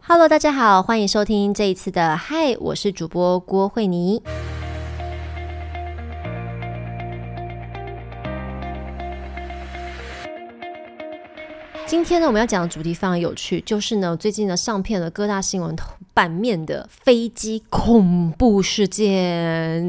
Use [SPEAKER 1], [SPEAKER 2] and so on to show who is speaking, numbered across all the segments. [SPEAKER 1] Hello，大家好，欢迎收听这一次的嗨，我是主播郭慧妮。今天呢，我们要讲的主题非常有趣，就是呢，最近呢上片了各大新闻头版面的飞机恐怖事件。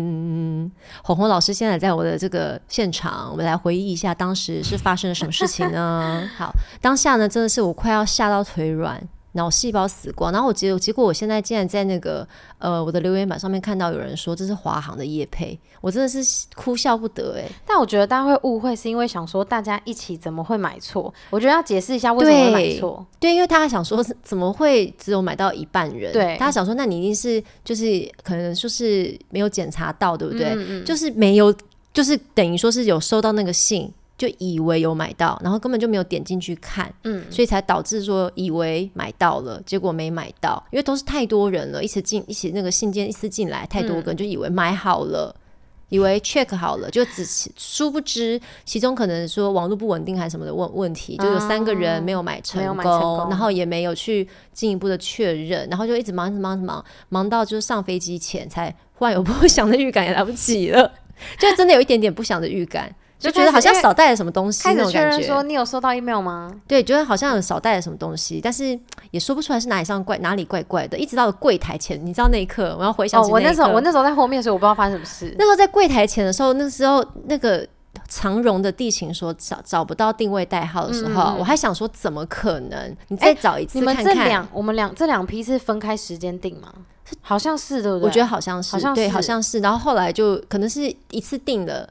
[SPEAKER 1] 红红老师现在在我的这个现场，我们来回忆一下当时是发生了什么事情呢？好，当下呢真的是我快要吓到腿软，脑细胞死光。然后我结结果我现在竟然在那个呃我的留言板上面看到有人说这是华航的夜配，我真的是哭笑不得哎、
[SPEAKER 2] 但我觉得大家会误会，是因为想说大家一起怎么会买错？我觉得要解释一下为什么会买错。
[SPEAKER 1] 对，因为他想说怎么会只有买到一半人？
[SPEAKER 2] 对
[SPEAKER 1] 他想说那你一定是就是可能就是没有检查到，对不对？
[SPEAKER 2] 嗯嗯
[SPEAKER 1] 就是没有，就是等于说是有收到那个信，就以为有买到，然后根本就没有点进去看，
[SPEAKER 2] 嗯，
[SPEAKER 1] 所以才导致说以为买到了，结果没买到，因为都是太多人了，一起进一起那个信件一次进来太多个，
[SPEAKER 2] 嗯
[SPEAKER 1] 就以为买好了。以为 check 好了，就只其殊不知其中可能说网络不稳定还是什么的问问题，就有三个人没有买成
[SPEAKER 2] 哦
[SPEAKER 1] 功，
[SPEAKER 2] 没有买成功
[SPEAKER 1] 然后也没有去进一步的确认，然后就一直忙，一直忙，一直忙，忙到就是上飞机前才忽然有不祥的预感，也来不及了， 就真的有一点点不祥的预感，就
[SPEAKER 2] 就
[SPEAKER 1] 觉得
[SPEAKER 2] 开始
[SPEAKER 1] 好像
[SPEAKER 2] 因为
[SPEAKER 1] 少带了什么东西
[SPEAKER 2] 开
[SPEAKER 1] 那
[SPEAKER 2] 始
[SPEAKER 1] 种
[SPEAKER 2] 确
[SPEAKER 1] 感
[SPEAKER 2] 认
[SPEAKER 1] 觉。
[SPEAKER 2] 说你有收到 email 吗？
[SPEAKER 1] 对，觉得好像有少带了什么东西，但是也说不出来是哪里上怪哪里怪怪的。一直到柜台前，你知道那一刻，我要回想
[SPEAKER 2] 哦，
[SPEAKER 1] 起
[SPEAKER 2] 我
[SPEAKER 1] 那
[SPEAKER 2] 那
[SPEAKER 1] 一
[SPEAKER 2] 时候
[SPEAKER 1] 刻
[SPEAKER 2] 我那时候在后面，所以我不知道发生什么事。
[SPEAKER 1] 那时候在柜台前的时候，那时候那个长荣的地勤说找找不到定位代号的时候，
[SPEAKER 2] 嗯嗯嗯哎
[SPEAKER 1] 我还想说怎么可能？你再找一次
[SPEAKER 2] 你们
[SPEAKER 1] 看
[SPEAKER 2] 这
[SPEAKER 1] 看。
[SPEAKER 2] 两我们两这两批是分开时间定吗？好像是对不对？
[SPEAKER 1] 我觉得好像是，
[SPEAKER 2] 好像
[SPEAKER 1] 对，
[SPEAKER 2] 是
[SPEAKER 1] 好像是。然后后来就可能是一次定了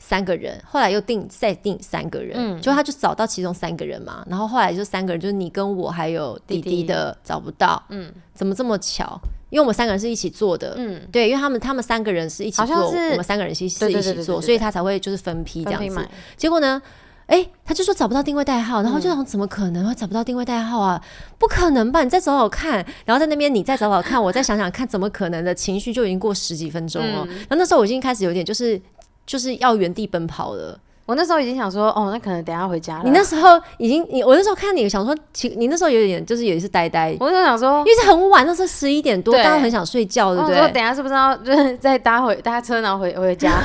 [SPEAKER 1] 三个人，后来又定再定三个人，
[SPEAKER 2] 嗯
[SPEAKER 1] 就他就找到其中三个人嘛。然后后来就三个人，就是你跟我还有弟
[SPEAKER 2] 弟弟
[SPEAKER 1] 的找不到，
[SPEAKER 2] 嗯
[SPEAKER 1] 怎么这么巧？因为我们三个人是一起做的，
[SPEAKER 2] 嗯，
[SPEAKER 1] 对，因为他们他们三个人是一起
[SPEAKER 2] 好像
[SPEAKER 1] 做，
[SPEAKER 2] 是
[SPEAKER 1] 我们三个人是一起
[SPEAKER 2] 对对
[SPEAKER 1] 一
[SPEAKER 2] 对
[SPEAKER 1] 起
[SPEAKER 2] 对
[SPEAKER 1] 做，
[SPEAKER 2] 对对
[SPEAKER 1] 所以他才会就是分批这
[SPEAKER 2] 分
[SPEAKER 1] 样
[SPEAKER 2] 批
[SPEAKER 1] 子
[SPEAKER 2] 买。。
[SPEAKER 1] 结果呢，哎、他就说找不到定位代号，然后就
[SPEAKER 2] 嗯
[SPEAKER 1] 想怎么可能会找不到定位代号啊？不可能吧？你再找找看，然后在那边你再找找 看，我再想想看，怎么可能的情绪就已经过十几分钟了。
[SPEAKER 2] 嗯
[SPEAKER 1] 然后那时候我已经开始有点就是。就是要原地奔跑了。
[SPEAKER 2] 我那时候已经想说，哦，那可能等一下回家了。
[SPEAKER 1] 你那时候已经，你我那时候看你想说，其你那时候有点就是也是呆呆，因
[SPEAKER 2] 我就想说，
[SPEAKER 1] 为是很晚，那时候十一点多，
[SPEAKER 2] 对哦
[SPEAKER 1] 大家很想睡觉，
[SPEAKER 2] 我
[SPEAKER 1] 对不
[SPEAKER 2] 想说 等
[SPEAKER 1] 对？
[SPEAKER 2] 一下是不是要就是 再搭回搭车，然后回 回家，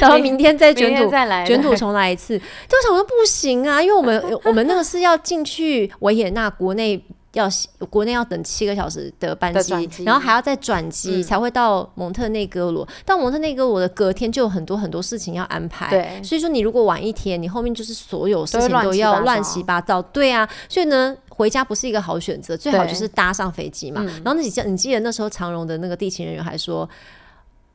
[SPEAKER 1] 想说明天再
[SPEAKER 2] 明
[SPEAKER 1] 卷
[SPEAKER 2] 天
[SPEAKER 1] 土
[SPEAKER 2] 再来
[SPEAKER 1] 卷土重来一次。就想说不行啊，因为我们我们那个是要进去维也纳国内。要国内要等七个小时的班
[SPEAKER 2] 的
[SPEAKER 1] 机
[SPEAKER 2] 转，机
[SPEAKER 1] 然后还要再转机、
[SPEAKER 2] 嗯
[SPEAKER 1] 才会到蒙特内哥罗。到蒙特内哥罗的隔天就有很多很多事情要安排，
[SPEAKER 2] 对
[SPEAKER 1] 所以说你如果晚一天，你后面就是所有事情都
[SPEAKER 2] 都会乱七八
[SPEAKER 1] 要
[SPEAKER 2] 糟
[SPEAKER 1] 乱七八糟，对啊。所以呢，回家不是一个好选择，最好
[SPEAKER 2] 对嗯
[SPEAKER 1] 就是搭上飞机嘛。然后那你记你记得那时候长荣的那个地勤人员还说。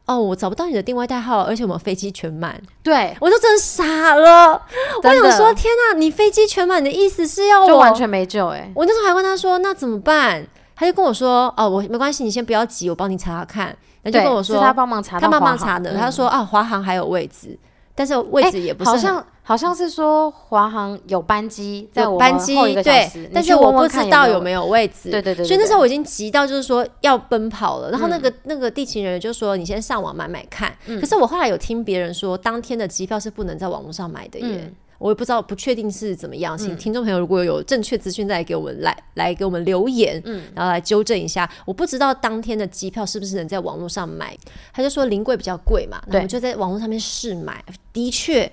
[SPEAKER 1] 哦，我找不到你的定位代号，而且我们飞机全满，
[SPEAKER 2] 对，
[SPEAKER 1] 我就真的傻了。 我
[SPEAKER 2] 真的
[SPEAKER 1] 想说，天哪、你飞机全满，你的意思是要我？
[SPEAKER 2] 就完全没救哎。
[SPEAKER 1] 我那时候还问他说，那怎么办？他就跟我说，哦，我没关系，你先不要急，我帮你查查看。他就
[SPEAKER 2] 对
[SPEAKER 1] 跟我说，
[SPEAKER 2] 是他帮忙查到
[SPEAKER 1] 他
[SPEAKER 2] 华航，
[SPEAKER 1] 帮忙查的。
[SPEAKER 2] 嗯哎
[SPEAKER 1] 他说，啊，华航还有位置，但是位置也不是
[SPEAKER 2] 好
[SPEAKER 1] 很、
[SPEAKER 2] 像好像是说华航有班机在
[SPEAKER 1] 有
[SPEAKER 2] 我们
[SPEAKER 1] 班机
[SPEAKER 2] 后一个小
[SPEAKER 1] 对
[SPEAKER 2] 时，，
[SPEAKER 1] 但
[SPEAKER 2] 你
[SPEAKER 1] 是
[SPEAKER 2] 去
[SPEAKER 1] 我
[SPEAKER 2] 问
[SPEAKER 1] 不
[SPEAKER 2] 问
[SPEAKER 1] 知
[SPEAKER 2] 看
[SPEAKER 1] 道
[SPEAKER 2] 有
[SPEAKER 1] 有没有位置。
[SPEAKER 2] 有对对对，嗯
[SPEAKER 1] 所以那时候
[SPEAKER 2] 我
[SPEAKER 1] 我已经急到，就是说要奔跑了。然后那个、那个地勤人员就说：“你先上网买买看。
[SPEAKER 2] 嗯
[SPEAKER 1] 可是我后来有听别人说，当天的机票是不能在网络上买的耶。
[SPEAKER 2] 嗯
[SPEAKER 1] 我也不知道，不确定是怎么样。请听众朋友如果有正确资讯，再给我们来来给我们留言，然后来纠正一下。我不知道当天的机票是不是能在网络上买。他就说临柜比较贵嘛，那我们就在网络上面试买。的确，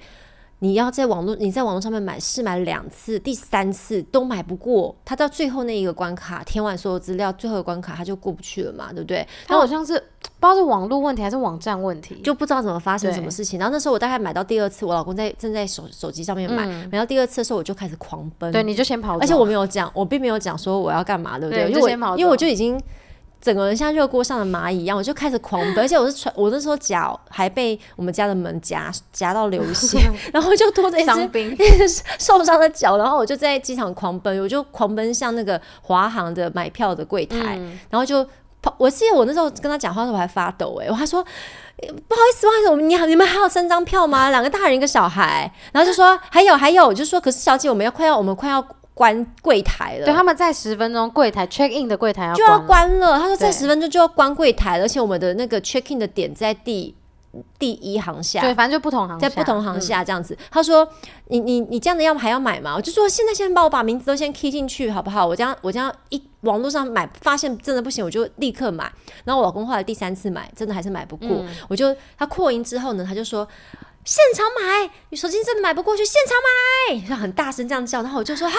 [SPEAKER 1] 你要在网络，你在网络上面买试买两次，第三次都买不过，他到最后那一个关卡填完所有资料，最后一个关卡他就过不去了嘛，对不对？
[SPEAKER 2] 他好像是不知道是网络问题还是网站问题，
[SPEAKER 1] 就不知道怎么发生什么
[SPEAKER 2] 对
[SPEAKER 1] 事情。然后那时候我大概买到第二次，我老公在正在手手机上面买，买到第二次的时候我就开始狂奔，
[SPEAKER 2] 对，你就先跑走，
[SPEAKER 1] 而且我没有讲，我并没有讲说我要干嘛，对不对？
[SPEAKER 2] 对
[SPEAKER 1] 因
[SPEAKER 2] 就
[SPEAKER 1] 为
[SPEAKER 2] 先
[SPEAKER 1] 我
[SPEAKER 2] 跑走
[SPEAKER 1] 因为我就已经整个人像热锅上的蚂蚁一样，我就开始 狂奔，而且我是穿我那时候脚还被我们家的门夹夹到流 血，然后就拖着一只
[SPEAKER 2] 伤兵，
[SPEAKER 1] 受伤的脚，然后我就在机场狂奔，我就狂奔向那个华航的买票的柜台，
[SPEAKER 2] 嗯
[SPEAKER 1] 然后就跑。我记得我那时候跟他讲话的时候我还发抖哎、我还说呃不好意思，不好意思，我们你你们还有三张票吗？ 两个大人一个小孩，然后就说还有还有，我就说可是小姐我们要快要我们快要关柜台了，
[SPEAKER 2] 对，他们在十分钟柜台 check in 的柜台要
[SPEAKER 1] 就要
[SPEAKER 2] 关了，
[SPEAKER 1] 关了。他说再
[SPEAKER 2] 对
[SPEAKER 1] 十分钟就要关柜台了，而且我们的那个 check in 的点在第第一航厦，
[SPEAKER 2] 对，反正就不同行
[SPEAKER 1] 在不同航厦
[SPEAKER 2] 嗯
[SPEAKER 1] 这样子。他说：“你你你这样的要还要买吗？”我就说：“现在先帮我把名字都先 key 进去好不好？我这样我这样一网络上买，发现真的不行，我就立刻买。然后我老公后来第三次买，真的还是买不过，
[SPEAKER 2] 嗯
[SPEAKER 1] 我就他扩音之后呢，他就说。”现场买，你手机真的买不过去，现场买，就很大声这样叫，然后我就说好，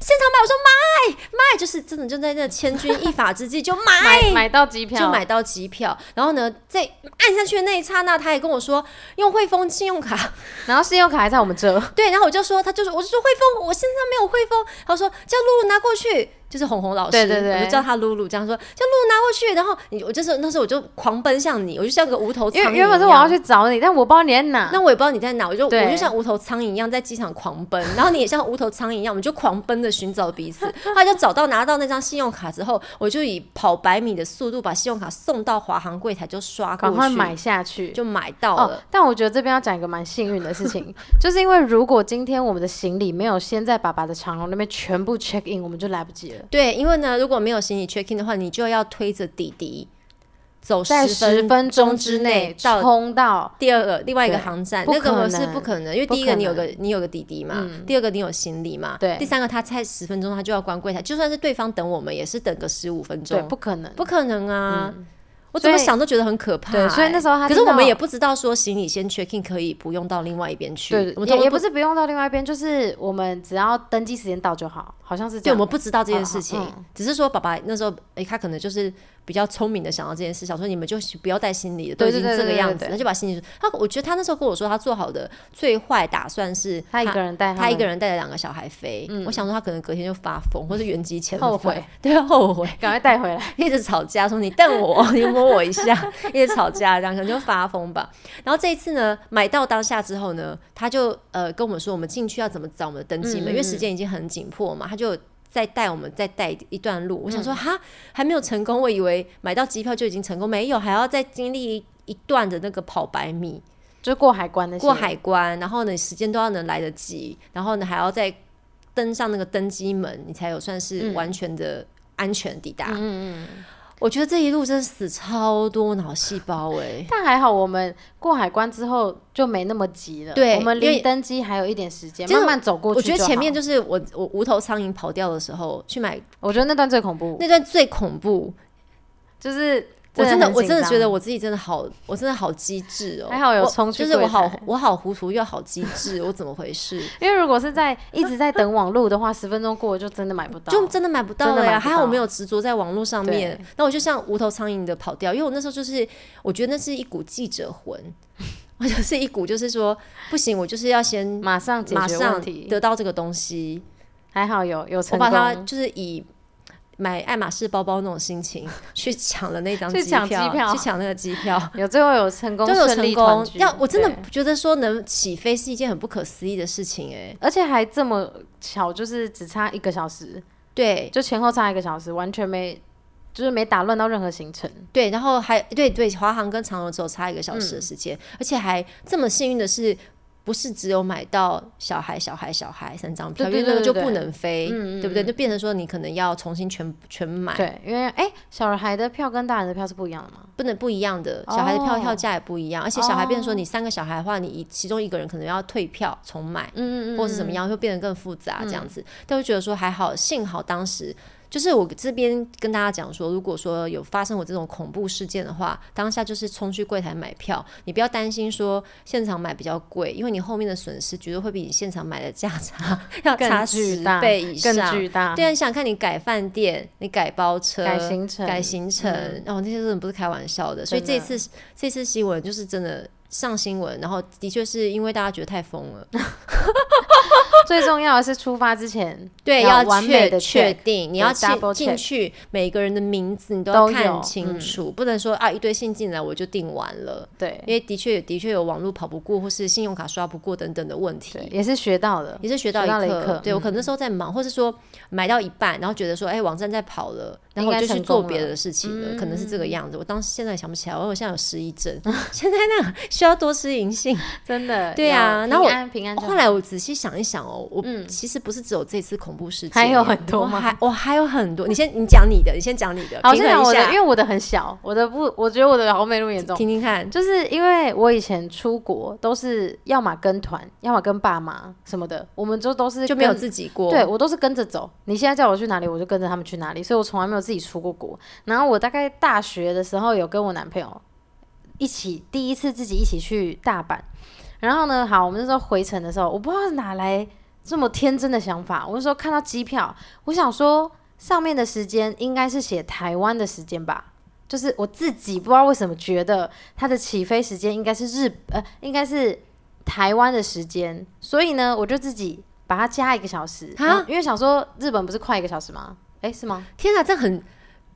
[SPEAKER 1] 现场买，我说买买，就是真的就在那千钧一发之际就买，
[SPEAKER 2] 买买到机票，
[SPEAKER 1] 就买到机票。然后呢，在按下去的那一刹那，他也跟我说用汇丰信用卡，
[SPEAKER 2] 然后信用卡还在我们这，
[SPEAKER 1] 对，然后我就说，他就是，我就说汇丰，我身上没有汇丰。他说叫露露拿过去，就是红红老师，
[SPEAKER 2] 对对对
[SPEAKER 1] 我就叫他露露，这样说叫露露拿过去。然后你我就是那时候我就狂奔向你，我就像个无头苍
[SPEAKER 2] 因
[SPEAKER 1] 蝇
[SPEAKER 2] 为
[SPEAKER 1] 一
[SPEAKER 2] 原本是我
[SPEAKER 1] 样
[SPEAKER 2] 要去找你，但我不知道你在哪。
[SPEAKER 1] 那我也不知道你在哪，我就
[SPEAKER 2] 对
[SPEAKER 1] 我就像无头苍蝇一样在机场狂奔，然后你也像无头苍蝇一样，我们就狂奔的寻找 彼此。后来就找到拿到那张信用卡之后，我就以跑百米的速度把信用卡送到华航柜台，就刷过
[SPEAKER 2] 赶
[SPEAKER 1] 去，
[SPEAKER 2] 快买下去。
[SPEAKER 1] 就买到
[SPEAKER 2] 哦
[SPEAKER 1] 了。，
[SPEAKER 2] 但我觉得这边要讲一个蛮幸运的事情，就是因为如果今天我们的行李没有先在爸爸的长荣那边全部 check in，我们就来不及了。
[SPEAKER 1] 对，因为呢，如果没有行李 check in 的话，你就要推着弟弟走
[SPEAKER 2] 在
[SPEAKER 1] 十
[SPEAKER 2] 十分钟之内
[SPEAKER 1] 内到
[SPEAKER 2] 冲到，
[SPEAKER 1] 第二个另外一个
[SPEAKER 2] 对
[SPEAKER 1] 航站，
[SPEAKER 2] 不
[SPEAKER 1] 那个
[SPEAKER 2] 可
[SPEAKER 1] 是
[SPEAKER 2] 能
[SPEAKER 1] 不可能，因为
[SPEAKER 2] 不
[SPEAKER 1] 第一个
[SPEAKER 2] 可
[SPEAKER 1] 你有个
[SPEAKER 2] 能嗯
[SPEAKER 1] 你有个弟弟嘛，第二个你有行李嘛，
[SPEAKER 2] 对
[SPEAKER 1] 第三个他才十分钟他就要关柜台，就算是对方等我们也是等个十五分
[SPEAKER 2] 对，
[SPEAKER 1] 钟，
[SPEAKER 2] 不可能。
[SPEAKER 1] 不可能啊！我怎
[SPEAKER 2] 所以
[SPEAKER 1] 么想都觉得很可怕、
[SPEAKER 2] 对所以
[SPEAKER 1] 欸
[SPEAKER 2] 那时候他
[SPEAKER 1] 可是
[SPEAKER 2] 听
[SPEAKER 1] 我们
[SPEAKER 2] 到
[SPEAKER 1] 也不知道说行李先 check in 可以不用到另外一边去，
[SPEAKER 2] 对
[SPEAKER 1] 嗯我，们
[SPEAKER 2] 也
[SPEAKER 1] 通
[SPEAKER 2] 也不是不用到另外一边，就是我们只要登记时间到就好，好像是这
[SPEAKER 1] 对，
[SPEAKER 2] 样。
[SPEAKER 1] 我们不知道这件事情，
[SPEAKER 2] 嗯
[SPEAKER 1] 只是说爸爸那时候，诶，他可能就是比较聪明的想到这件事，想说你们就不要带行李了，都
[SPEAKER 2] 对
[SPEAKER 1] 已经
[SPEAKER 2] 对对
[SPEAKER 1] 这个
[SPEAKER 2] 对对
[SPEAKER 1] 样子，
[SPEAKER 2] 对
[SPEAKER 1] 他就把行李他，我觉得他那时候跟我说，他做好的最坏打算是
[SPEAKER 2] 他一个人带
[SPEAKER 1] 他一个
[SPEAKER 2] 人，
[SPEAKER 1] 人带着两个小孩飞，我想说他可能隔天就发疯，或是原籍前
[SPEAKER 2] 后悔，
[SPEAKER 1] 对，他后悔，
[SPEAKER 2] 赶快带回来。
[SPEAKER 1] 一直吵架，说你瞪我， 你摸我一下， 一直吵架，这样可能就发疯吧。然后这一次呢，买到当下之后呢，他就呃跟我们说，我们进去要怎么找我们的登机门，
[SPEAKER 2] 嗯嗯
[SPEAKER 1] 因为时间已经很紧迫嘛，他就。再带我们再带一段路，我想
[SPEAKER 2] 嗯
[SPEAKER 1] 说哈还没有成功，我以为买到机票就已经成功，没有还要再经历一段的那个跑百米，
[SPEAKER 2] 就是过海关那些
[SPEAKER 1] 过海关，然后呢时间都要能来得及，然后呢还要再登上那个登机门，你才有算是完全的安全抵达。
[SPEAKER 2] 嗯嗯，嗯嗯，
[SPEAKER 1] 我觉得这一路真的死超多脑细胞哎、
[SPEAKER 2] 但还好我们过海关之后就没那么急了。
[SPEAKER 1] 对
[SPEAKER 2] 我们
[SPEAKER 1] 因
[SPEAKER 2] 离
[SPEAKER 1] 为
[SPEAKER 2] 登机还有一点时间，
[SPEAKER 1] 其实
[SPEAKER 2] 慢慢走过去
[SPEAKER 1] 我觉得
[SPEAKER 2] 就
[SPEAKER 1] 前
[SPEAKER 2] 好
[SPEAKER 1] 面就是我我无头苍蝇跑掉的时候去买
[SPEAKER 2] 我觉得那段最恐怖，
[SPEAKER 1] 那段最恐怖，
[SPEAKER 2] 就是
[SPEAKER 1] 我真的
[SPEAKER 2] 很
[SPEAKER 1] 我真的
[SPEAKER 2] 紧
[SPEAKER 1] 觉得
[SPEAKER 2] 张
[SPEAKER 1] 我自己真的好我真的好机智哦、
[SPEAKER 2] 还好有
[SPEAKER 1] 我
[SPEAKER 2] 冲去
[SPEAKER 1] 就是我
[SPEAKER 2] 柜
[SPEAKER 1] 好
[SPEAKER 2] 台
[SPEAKER 1] 我好糊涂又好机智，我怎么回事？
[SPEAKER 2] 因为如果是在一直在等网络的话， 十分钟过了就真的买不到，
[SPEAKER 1] 就真的买不到
[SPEAKER 2] 真
[SPEAKER 1] 了
[SPEAKER 2] 的
[SPEAKER 1] 呀、
[SPEAKER 2] 买不
[SPEAKER 1] 还好我
[SPEAKER 2] 到
[SPEAKER 1] 没有执着在网络上面
[SPEAKER 2] 对。
[SPEAKER 1] 那我就像无头苍蝇的跑掉，因为我那时候就是，我觉得那是一股记者魂，我就是一股就是说，不行，我就是要先
[SPEAKER 2] 马上解
[SPEAKER 1] 马
[SPEAKER 2] 决
[SPEAKER 1] 上
[SPEAKER 2] 问题。
[SPEAKER 1] 得到这个东西，
[SPEAKER 2] 还好有有
[SPEAKER 1] 我
[SPEAKER 2] 成
[SPEAKER 1] 把它
[SPEAKER 2] 功，
[SPEAKER 1] 就是以买爱马仕包包那种心情去抢了那张
[SPEAKER 2] 去抢机票
[SPEAKER 1] 去抢那个机票，
[SPEAKER 2] 有最后有成功，
[SPEAKER 1] 就有
[SPEAKER 2] 顺
[SPEAKER 1] 成
[SPEAKER 2] 利团
[SPEAKER 1] 功。
[SPEAKER 2] 聚
[SPEAKER 1] 要我真的
[SPEAKER 2] 对
[SPEAKER 1] 觉得说能起飞是一件很不可思议的事情、欸，
[SPEAKER 2] 而且还这么巧，就是只差一个小时，
[SPEAKER 1] 对
[SPEAKER 2] 就前后差一个小时，完全没就是没打乱到任何行程。
[SPEAKER 1] 对，然后还对对，华航跟长荣只有差一个小时
[SPEAKER 2] 嗯
[SPEAKER 1] 的时间，而且还这么幸运的是。不是只有买到小孩、小孩、小孩三张票，
[SPEAKER 2] 对对
[SPEAKER 1] 因为那个
[SPEAKER 2] 对
[SPEAKER 1] 就
[SPEAKER 2] 对嗯
[SPEAKER 1] 不能飞，对不对？就变成说你可能要重新全全买，
[SPEAKER 2] 对，因为哎、小孩的票跟大人的票是不一样的嘛。
[SPEAKER 1] 不能不一样的，小孩的票
[SPEAKER 2] 哦
[SPEAKER 1] 票价也不一样，而且小孩变成说你三个小孩的话，你一其中一个人可能要退票重买，
[SPEAKER 2] 嗯嗯嗯，嗯
[SPEAKER 1] 或是怎么样，会变得更复杂这样子。但我觉得说还好，幸好当时就是我这边跟大家讲说，如果说有发生我这种恐怖事件的话，当下就是冲去柜台买票，你不要担心说现场买比较贵，因为你后面的损失绝对会比你现场买的价差要差
[SPEAKER 2] 更
[SPEAKER 1] 十
[SPEAKER 2] 巨大
[SPEAKER 1] 倍以上。
[SPEAKER 2] 更巨大，
[SPEAKER 1] 对啊，你想看你改饭店，你改包车，
[SPEAKER 2] 改行程，嗯
[SPEAKER 1] 改行程，然后、那些真的不是开玩笑的，所以
[SPEAKER 2] 真
[SPEAKER 1] 这
[SPEAKER 2] 的
[SPEAKER 1] 次这次新闻就是真的上新闻，然后的确是因为大家觉得太疯了，
[SPEAKER 2] 最重要的是出发之前
[SPEAKER 1] 对，
[SPEAKER 2] 要
[SPEAKER 1] 要
[SPEAKER 2] 完美
[SPEAKER 1] 确
[SPEAKER 2] 地
[SPEAKER 1] 确
[SPEAKER 2] check，
[SPEAKER 1] 定，你要进
[SPEAKER 2] double
[SPEAKER 1] 进
[SPEAKER 2] check
[SPEAKER 1] 去每个人的名字你都要
[SPEAKER 2] 都
[SPEAKER 1] 看
[SPEAKER 2] 有
[SPEAKER 1] 清
[SPEAKER 2] 嗯
[SPEAKER 1] 楚，不能说啊一堆信进来我就订完了，
[SPEAKER 2] 对
[SPEAKER 1] 因为的确的确有网络跑不过或是信用卡刷不过等等的问题
[SPEAKER 2] 对，，也是学到的，
[SPEAKER 1] 也是学到
[SPEAKER 2] 哦学到了
[SPEAKER 1] 一
[SPEAKER 2] 一
[SPEAKER 1] 课。
[SPEAKER 2] 课嗯
[SPEAKER 1] 对我可能那时候在忙，或是说买到一半，然后觉得说，哎、网站在跑了，然后我
[SPEAKER 2] 应
[SPEAKER 1] 就去
[SPEAKER 2] 该成
[SPEAKER 1] 做
[SPEAKER 2] 功
[SPEAKER 1] 别
[SPEAKER 2] 了嗯
[SPEAKER 1] 的事情了，可能是这个样子。我当时现在也想不起来，我现在有失忆症 ，现在那需要多吃银杏。
[SPEAKER 2] 真的。
[SPEAKER 1] 对啊
[SPEAKER 2] 要
[SPEAKER 1] 然后我
[SPEAKER 2] 平安平安就好。
[SPEAKER 1] 后来我仔细想一想哦，我
[SPEAKER 2] 嗯
[SPEAKER 1] 其实不是只有这次恐怖事件，哦
[SPEAKER 2] 还有很多
[SPEAKER 1] 我
[SPEAKER 2] 吗
[SPEAKER 1] 还我还有很多。你先你讲你的，你先讲你的，
[SPEAKER 2] 好，我
[SPEAKER 1] 平
[SPEAKER 2] 先
[SPEAKER 1] 衡
[SPEAKER 2] 讲
[SPEAKER 1] 一
[SPEAKER 2] 我的，
[SPEAKER 1] 下
[SPEAKER 2] 因，为我的很小，我的不，我觉得我的好像没那么 严重。
[SPEAKER 1] 听听看。
[SPEAKER 2] 就是因为我以前出国都是要么跟团，要么跟爸妈什么的，我们就都是
[SPEAKER 1] 就没有
[SPEAKER 2] 跟
[SPEAKER 1] 自己过，
[SPEAKER 2] 对我都是跟着走。你现在叫我去哪里，我就跟着他们去哪里，所以我从来没有自己出过国。然后我大概大学的时候有跟我男朋友一起第一次自己一起去大阪，然后呢，好，我们那时候回程的时候，我不知道哪来这么天真的想法，我那时候看到机票，我想说上面的时间应该是写台湾的时间吧。就是我自己不知道为什么觉得它的起飞时间应该是日呃应该是台湾的时间，所以呢，我就自己把它加一个小时，
[SPEAKER 1] 啊
[SPEAKER 2] 然后因为想说日本不是快一个小时吗？诶，是吗？
[SPEAKER 1] 天哪，这很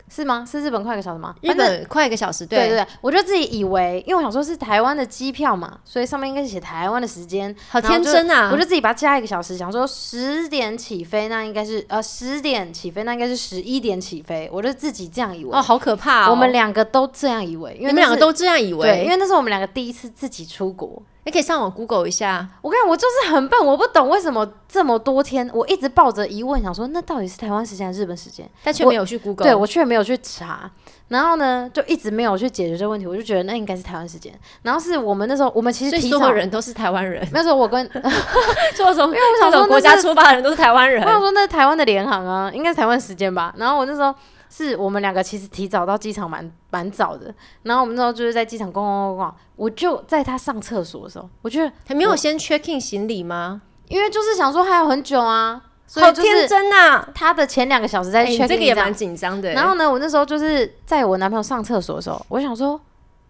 [SPEAKER 2] 是吗？是日本快一个小时吗？
[SPEAKER 1] 日
[SPEAKER 2] 反正
[SPEAKER 1] 本快一个小时，
[SPEAKER 2] 对对对，我就自己以为，因为我想说是台湾的机票嘛，所以上面应该是写台湾的时间，
[SPEAKER 1] 好天真啊！
[SPEAKER 2] 我就自己把它加一个小时，想说十点起飞，那应该是呃十点起飞，那应该是十一点起飞，我就自己这样以为。
[SPEAKER 1] 哦，好可怕哦！
[SPEAKER 2] 我们两个都这样以为，因
[SPEAKER 1] 你
[SPEAKER 2] 为
[SPEAKER 1] 们
[SPEAKER 2] 那
[SPEAKER 1] 两个
[SPEAKER 2] 是
[SPEAKER 1] 都这样以
[SPEAKER 2] 对，因
[SPEAKER 1] 为，
[SPEAKER 2] 为那是我们两个第一次自己出国。
[SPEAKER 1] 你可以上网 Google 一下，
[SPEAKER 2] 我看我就是很笨，我不懂为什么这么多天，我一直抱着疑问，想说那到底是台湾时间还是日本时间？
[SPEAKER 1] 但却
[SPEAKER 2] 我
[SPEAKER 1] 没有去 Google。
[SPEAKER 2] 对我却没有去查，然后呢，就一直没有去解决这个问题，我就觉得那应该是台湾时间。然后是我们那时候，我们其实
[SPEAKER 1] 所以
[SPEAKER 2] 提
[SPEAKER 1] 所
[SPEAKER 2] 早
[SPEAKER 1] 有，人都是台湾人，
[SPEAKER 2] 那时候我跟，我
[SPEAKER 1] 做 从因为
[SPEAKER 2] 我想说
[SPEAKER 1] 国
[SPEAKER 2] 那
[SPEAKER 1] 家
[SPEAKER 2] 是
[SPEAKER 1] 出发的人都是台湾人，
[SPEAKER 2] 想说那是台湾的联航啊，应该是台湾时间吧。然后我那时候是我们两个其实提早到机场蛮蛮早的，然后我们那时候就是在机场逛逛逛逛，我就在他上厕所的时候，我觉得
[SPEAKER 1] 还没有先 check in 行李吗？
[SPEAKER 2] 因为就是想说还有很久啊，所
[SPEAKER 1] 好
[SPEAKER 2] 以就
[SPEAKER 1] 天
[SPEAKER 2] 是
[SPEAKER 1] 真啊！
[SPEAKER 2] 他的前两个小时在
[SPEAKER 1] 哎，你
[SPEAKER 2] check in
[SPEAKER 1] 这个也蛮
[SPEAKER 2] 样
[SPEAKER 1] 紧张的。欸
[SPEAKER 2] 然后呢，我那时候就是在我男朋友上厕所的时候，我想说，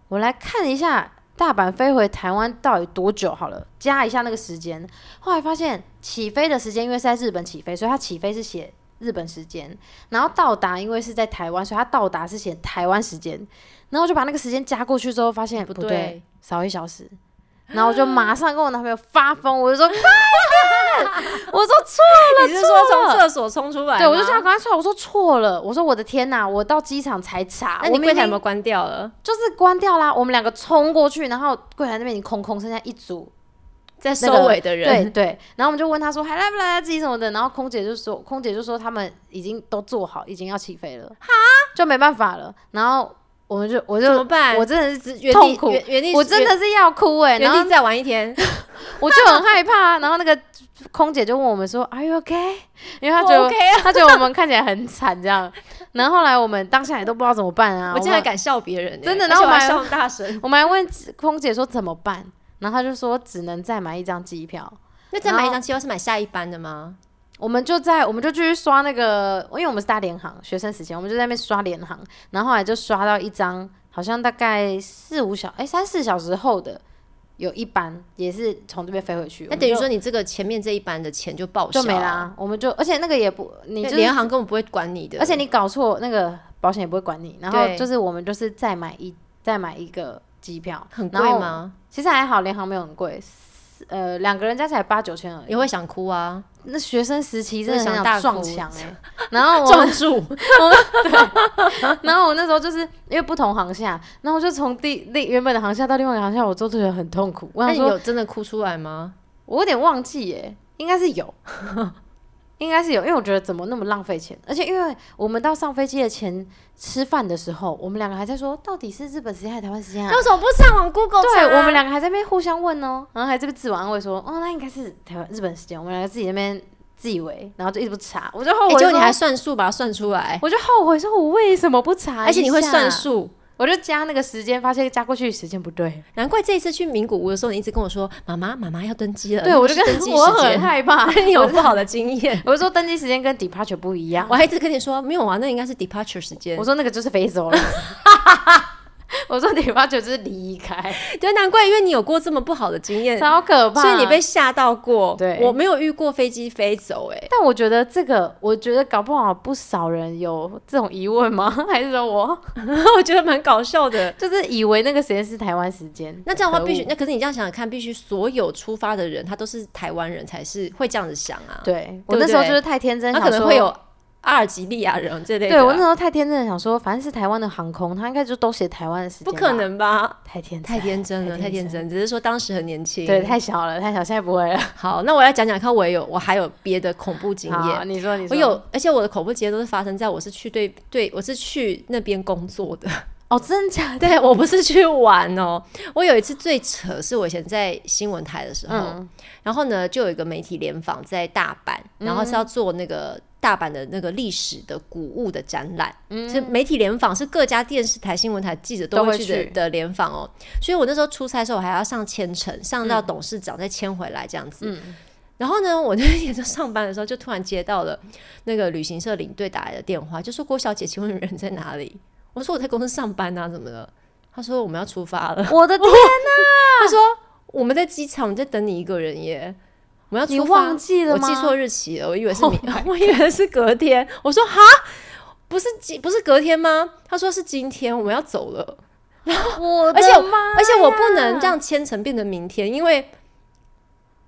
[SPEAKER 2] 我来看一下大阪飞回台湾到底多久好了，加一下那个时间。后来发现起飞的时间因为是在日本起飞，所以它起飞是写日本时间，然后到达因为是在台湾，所以它到达是写台湾时间。然后我就把那个时间加过去之后，发现
[SPEAKER 1] 不
[SPEAKER 2] 不
[SPEAKER 1] 对
[SPEAKER 2] 对， 少一小时。然后我就马上跟我男朋友发疯，我就说 快点，我说错了，
[SPEAKER 1] 你是
[SPEAKER 2] 错
[SPEAKER 1] 说从
[SPEAKER 2] 了
[SPEAKER 1] 厕所冲出来吗？
[SPEAKER 2] 对，我就叫他赶快出来。我说错了，我说我的天哪，我到机场才查，
[SPEAKER 1] 那
[SPEAKER 2] 我
[SPEAKER 1] 你
[SPEAKER 2] 明
[SPEAKER 1] 柜台有
[SPEAKER 2] 明
[SPEAKER 1] 没有关掉了？
[SPEAKER 2] 就是关掉啦。我们两个冲过去，然后柜台那边已经空空，剩下一组
[SPEAKER 1] 在
[SPEAKER 2] 那个
[SPEAKER 1] 收尾的
[SPEAKER 2] 对
[SPEAKER 1] 人，
[SPEAKER 2] 对，然后我们就问他说还来不来得及什么的，然后空姐就说，空姐就说他们已经都做好，已经要起飞了，哈，就没办法了。然后我们就我
[SPEAKER 1] 怎么
[SPEAKER 2] 就
[SPEAKER 1] 办？
[SPEAKER 2] 我真的是
[SPEAKER 1] 原
[SPEAKER 2] 痛
[SPEAKER 1] 地
[SPEAKER 2] 苦
[SPEAKER 1] 原原地
[SPEAKER 2] 我真的是要哭哎、
[SPEAKER 1] 原
[SPEAKER 2] 然
[SPEAKER 1] 原
[SPEAKER 2] 后
[SPEAKER 1] 地再玩一天，
[SPEAKER 2] 我就很害怕啊。然后那个空姐就问我们说 Are you okay？因为她
[SPEAKER 1] 我
[SPEAKER 2] 觉得
[SPEAKER 1] OK 啊！
[SPEAKER 2] 她觉得我们看起来很惨这样。然后后来我们当下也都不知道怎么办啊，
[SPEAKER 1] 我竟
[SPEAKER 2] 们
[SPEAKER 1] 然敢笑别人欸，
[SPEAKER 2] 真的
[SPEAKER 1] 而
[SPEAKER 2] 然
[SPEAKER 1] 且
[SPEAKER 2] 后
[SPEAKER 1] 我
[SPEAKER 2] 我
[SPEAKER 1] 还
[SPEAKER 2] 还
[SPEAKER 1] 笑那么大声。
[SPEAKER 2] 我们还问空姐说怎么办，然后她就说只能再买一张机票。
[SPEAKER 1] 那再买一
[SPEAKER 2] 然
[SPEAKER 1] 张机票是买下一班的吗？
[SPEAKER 2] 我们就在，我们就继续刷那个，因为我们是大联航学生时期，我们就在那边刷联航，然后后来就刷到一张，好像大概四五小，哎、三四小时后的有一班，也是从这边飞回去。
[SPEAKER 1] 那
[SPEAKER 2] 我们
[SPEAKER 1] 等于
[SPEAKER 2] 就
[SPEAKER 1] 说你这个前面这一班的钱就报销
[SPEAKER 2] 就
[SPEAKER 1] 啊
[SPEAKER 2] 没啦，我们就，而且那个也不，你
[SPEAKER 1] 对
[SPEAKER 2] 就是
[SPEAKER 1] 联行根本不会管你的，
[SPEAKER 2] 而且你搞错那个保险也不会管你，然后
[SPEAKER 1] 对
[SPEAKER 2] 就是我们就是再买一再买一个机票，
[SPEAKER 1] 很贵
[SPEAKER 2] 然后？
[SPEAKER 1] 吗？
[SPEAKER 2] 其实还好，联航没有很贵，四呃，两个人加起来八九千而已
[SPEAKER 1] 你。会想哭啊，
[SPEAKER 2] 那学生时期真的
[SPEAKER 1] 真的想
[SPEAKER 2] 很
[SPEAKER 1] 大
[SPEAKER 2] 想
[SPEAKER 1] 哭
[SPEAKER 2] 撞墙哎、 然后我
[SPEAKER 1] 撞住，
[SPEAKER 2] 然后我那时候就是因为不同航厦，然后我就从第另原本的航厦到另外一个航厦，我都觉得很痛苦。我
[SPEAKER 1] 那
[SPEAKER 2] 想
[SPEAKER 1] 你
[SPEAKER 2] 说，
[SPEAKER 1] 有真的哭出来吗？
[SPEAKER 2] 我有点忘记耶、应该是有。 应该是有，因为我觉得怎么那么浪费钱，而且因为我们到上飞机的前吃饭的时候，我们两个还在说到底是日本时间还是台湾时间啊？
[SPEAKER 1] 为什么不上网 Google 查啊
[SPEAKER 2] 对我们两个还在那边互相问哦，然后还这边自我安慰说，哦，那应该是台湾日本时间，我们两个自己在那边自以为，然后就一直不查，我就后
[SPEAKER 1] 哎
[SPEAKER 2] 悔
[SPEAKER 1] 结
[SPEAKER 2] 说，
[SPEAKER 1] 果你还算数把它算出来，
[SPEAKER 2] 我就后悔说，我为什么不查？
[SPEAKER 1] 而且你会算，数，
[SPEAKER 2] 我就加那个时间，发现加过去时间不对，
[SPEAKER 1] 难怪这一次去名古屋的时候，你一直跟我说妈妈妈妈要登机了，
[SPEAKER 2] 对我就
[SPEAKER 1] 那
[SPEAKER 2] 跟
[SPEAKER 1] 不是登机
[SPEAKER 2] 我
[SPEAKER 1] 时
[SPEAKER 2] 很
[SPEAKER 1] 间，
[SPEAKER 2] 害怕，
[SPEAKER 1] 你有不好的经 验。
[SPEAKER 2] 我就说登机时间跟 departure 不一样
[SPEAKER 1] 我，还一直跟你说没有啊，那应该是 departure 时间
[SPEAKER 2] 我。说那个就是 飞走了，我说 departure 就是离开，
[SPEAKER 1] 对，难怪，因为你有过这么不好的经验，
[SPEAKER 2] 超可怕，
[SPEAKER 1] 所以你被吓到过。
[SPEAKER 2] 对
[SPEAKER 1] 我没有遇过飞机飞走、哎，
[SPEAKER 2] 但我觉得这个，我觉得搞不好不少人有这种疑问吗？ 还是说 我
[SPEAKER 1] 我觉得蛮搞笑的。
[SPEAKER 2] 就是以为那个时间是台湾时间？
[SPEAKER 1] 那这样的话，
[SPEAKER 2] 可恶
[SPEAKER 1] 必须那可是你这样想想看，必须所有出发的人，他都是台湾人才是会这样子想啊。，
[SPEAKER 2] 对
[SPEAKER 1] 对
[SPEAKER 2] 我
[SPEAKER 1] 不
[SPEAKER 2] 那时候
[SPEAKER 1] 对
[SPEAKER 2] 就是太天真，
[SPEAKER 1] 他
[SPEAKER 2] 想
[SPEAKER 1] 可能
[SPEAKER 2] 说
[SPEAKER 1] 会有阿尔及利亚人这类的啊，
[SPEAKER 2] 对我那时候太天真了，想说反正是台湾的航空，他应该就都写台湾的时间。
[SPEAKER 1] 不可，能吧？
[SPEAKER 2] 太天
[SPEAKER 1] 太
[SPEAKER 2] 真，
[SPEAKER 1] 天真了，太
[SPEAKER 2] 太天
[SPEAKER 1] 天真，只是说当时很年轻。
[SPEAKER 2] 对，太小了，太小，现在不会了。
[SPEAKER 1] 好，那我来讲讲看，我也有我还有别的恐怖经
[SPEAKER 2] 好，
[SPEAKER 1] 验。
[SPEAKER 2] 你说，你
[SPEAKER 1] 我
[SPEAKER 2] 说，
[SPEAKER 1] 有，而且我的恐怖经验都是发生在我是去对对，我是去那边工作的，
[SPEAKER 2] 哦，真的假 的？
[SPEAKER 1] 对我不是去玩哦。我有一次最扯，是我以前在新闻台的时候，
[SPEAKER 2] 嗯，
[SPEAKER 1] 然后呢，就有一个媒体联访在大阪，然后是要做那个大阪的那个历史的古物的展览。嗯，是媒体联访是各家电视台、新闻台记者都
[SPEAKER 2] 都
[SPEAKER 1] 会
[SPEAKER 2] 会
[SPEAKER 1] 去的
[SPEAKER 2] 去
[SPEAKER 1] 的联访哦。所以我那时候出差的时候，我还要上千层，上到董事长再签回来这样子。然后呢，我那天就 上班的时候，就突然接到了那个旅行社领队打来的电话，就说：“郭小姐，请问人在哪里？” 我说：“我在公司上班啊，怎么了？”他说：“我们要出发了。”
[SPEAKER 2] 我的天，
[SPEAKER 1] 他说：“我们在机场，我们在等你一个人耶，我们要出
[SPEAKER 2] 你
[SPEAKER 1] 发。”
[SPEAKER 2] 忘记了
[SPEAKER 1] 我
[SPEAKER 2] 吗？
[SPEAKER 1] 记错日期了，我以为是
[SPEAKER 2] Oh
[SPEAKER 1] 你 我以为是隔天。我说：“哈，不是今不是隔天吗？”他说：“是今天，我们要走了。
[SPEAKER 2] 我的
[SPEAKER 1] 而且我
[SPEAKER 2] 妈，
[SPEAKER 1] 而且我不能让千层变成明天，因为